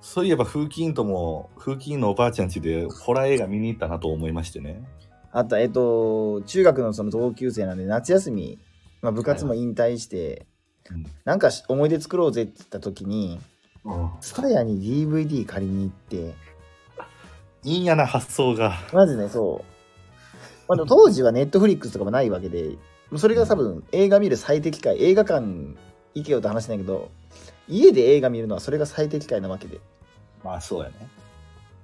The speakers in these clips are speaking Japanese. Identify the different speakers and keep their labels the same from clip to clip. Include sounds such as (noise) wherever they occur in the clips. Speaker 1: そういえば、風紀委員とも、風紀委員のおばあちゃん家で、ホラー映画見に行ったなと思いましてね。
Speaker 2: あと、えっと、中学のその同級生なんで、夏休み、まあ、部活も引退し
Speaker 1: う
Speaker 2: て、
Speaker 1: ん
Speaker 2: なんかし思い出作ろうぜって言った時に、スタヤに DVD 借りに行って、
Speaker 1: いいんやな、発想が。
Speaker 2: まずね、そう。まあ、でも当時はネットフリックスとかもないわけで、もうそれが多分映画見る最適解、映画館行けよって話なんやけど、家で映画見るのはそれが最適解なわけで、
Speaker 1: まあ、そうやね。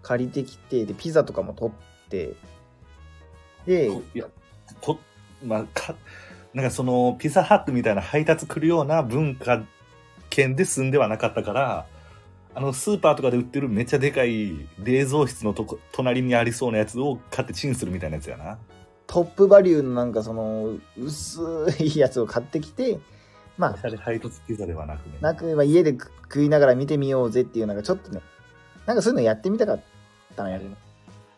Speaker 2: 借りてきて、で、ピザとかも取って、で、
Speaker 1: こいやとまあ、かなんかそのピザハットみたいな配達来るような文化圏で住んではなかったからあのスーパーとかで売ってるめっちゃでかい冷蔵室のとこ隣にありそうなやつを買ってチンするみたいなやつやな
Speaker 2: トップバリューのなんかその、薄いやつを買ってきて、まあ
Speaker 1: おし、ゃれ配達ピザではなくね
Speaker 2: なくまあ家で食食いながら見てみようぜっていう、なんかちょっとね、なんかそういうのやってみたかったんやけど、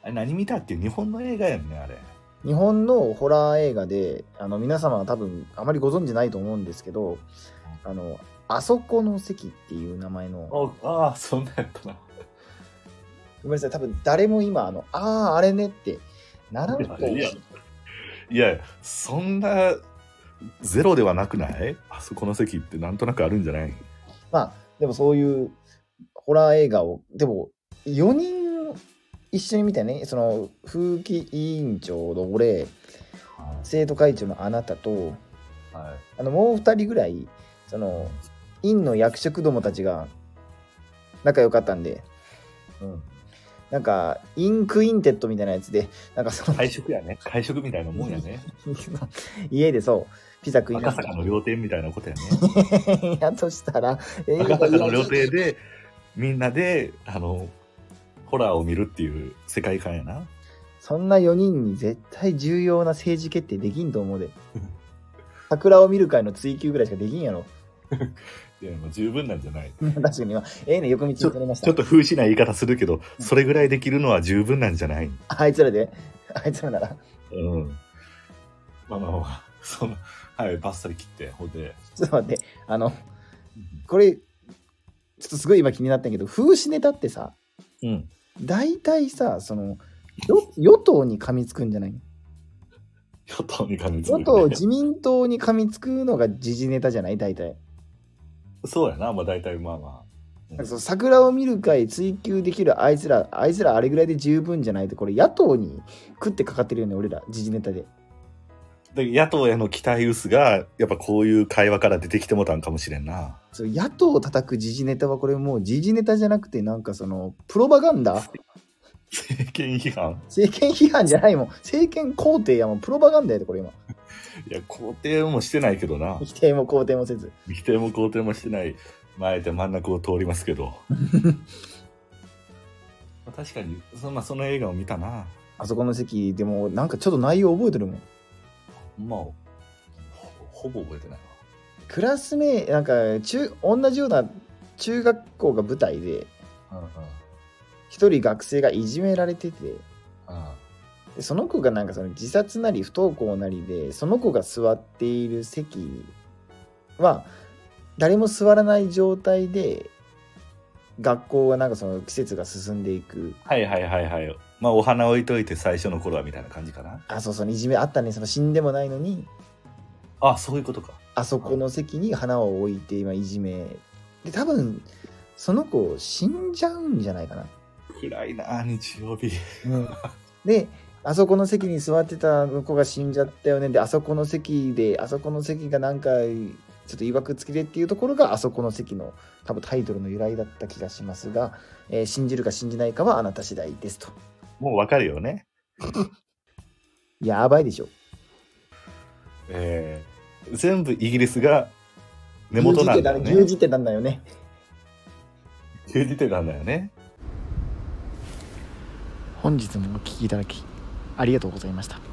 Speaker 1: あれ何見たっていう日本の映画やんねあれ
Speaker 2: 日本のホラー映画で、あの皆様は多分あまりご存知ないと思うんですけど、あの、あそこの席っていう名前の、
Speaker 1: ああそんなんやったな
Speaker 2: ごめんなさい、多分誰も今、あの、ああ、あれねって、ならんと
Speaker 1: いやいやそんなゼロではなくないあそこの席ってなんとなくあるんじゃない
Speaker 2: まあ、でもそういうホラー映画を、でも4人一緒に見てね、その、風紀委員長の俺、生徒会長のあなたと、
Speaker 1: はい
Speaker 2: あのもう2人ぐらい、その、院の役職どもたちが仲良かったんで、
Speaker 1: うん
Speaker 2: なんか、インクインテッドみたいなやつで、なんかその、
Speaker 1: 会食やね会食みたいなもんやね
Speaker 2: (laughs) 家でそう、ピザ食いな
Speaker 1: 赤
Speaker 2: が
Speaker 1: 坂の料亭みたいなことやね
Speaker 2: ら、 (laughs) やとしたら、映
Speaker 1: 赤
Speaker 2: 画
Speaker 1: 坂の料亭でみんなであのホラーを見るっていう世界観やな
Speaker 2: そんな4人に絶対重要な政治決定できんと思うで。桜を見る会の追求ぐらいしかできんやろ。
Speaker 1: いやもう十分なんじゃない
Speaker 2: 確かに今、ええね、横道にれまし
Speaker 1: ちょ
Speaker 2: た
Speaker 1: っ。と風刺な言い方するけどそれぐらいできるのは十分なんじゃない
Speaker 2: あいつらで、あいつらなら。
Speaker 1: うんまあまあまあそのはいバッサリ切ってほんで
Speaker 2: ちょっと待って、あの、これ、ちょっとすごい今気になったんやけど、風刺ネタってさ、
Speaker 1: うん
Speaker 2: 大体さ、その、よ与党に噛みつくんじゃない
Speaker 1: 与党に感じ
Speaker 2: 与党、自民党に噛みつくのが時事ネタじゃない大体。
Speaker 1: そうやなまあ大体まあまあ、
Speaker 2: なんかその桜を見る会追求できるあいつら、あいつらあれぐらいで十分じゃないって、これ野党に食ってかかってるよね、俺ら、時事ネタで。
Speaker 1: で野党への期待薄がやっぱこういう会話から出てきてもたんかもしれんな (laughs)
Speaker 2: そう野党を叩く時事ネタはこれもう時事ネタじゃなくて、なんかその、プロパガンダ
Speaker 1: 政権批判
Speaker 2: 政権批判じゃないもん。政権肯定やもん、プロパガンダやで、これ今。
Speaker 1: いや肯定もしてないけどな
Speaker 2: 否定も肯定もせず。
Speaker 1: 否定も肯定もしてない前で真ん中を通りますけ (laughs) どまあ確かにそ,、まあ、その映画を見たな
Speaker 2: あそこの席でも、なんかちょっと内容覚えてるもん。
Speaker 1: まあほほぼ覚えてない
Speaker 2: クラスメなんか中、同じような中学校が舞台で、
Speaker 1: なうんうん
Speaker 2: 一人学生がいじめられてて、でその子がなんかその自殺なり不登校なりでその子が座っている席は誰も座らない状態で学校はなんかその季節が進んでいく
Speaker 1: はいはいはいはいまあお花置いといて最初の頃はみたいな感じかな
Speaker 2: あそうそういじめあったねその死んでもないのに
Speaker 1: あそういうことか
Speaker 2: あそこの席に花を置いて今いじめで多分その子死んじゃうんじゃないかな、
Speaker 1: 暗いな日曜日
Speaker 2: であそこの席に座ってた子が死んじゃったよねであそこの席であそこの席がなんかちょっといわくつきでっていうところがあそこの席の多分タイトルの由来だった気がしますが、えー信じるか信じないかはあなた次第ですと
Speaker 1: もうわかるよね
Speaker 2: やばいでしょ
Speaker 1: えー全部イギリスが根元なんだよね
Speaker 2: 牛耳ってたんだよね
Speaker 1: 牛耳ってたんだよね
Speaker 2: 本日もお聞きいただきありがとうございました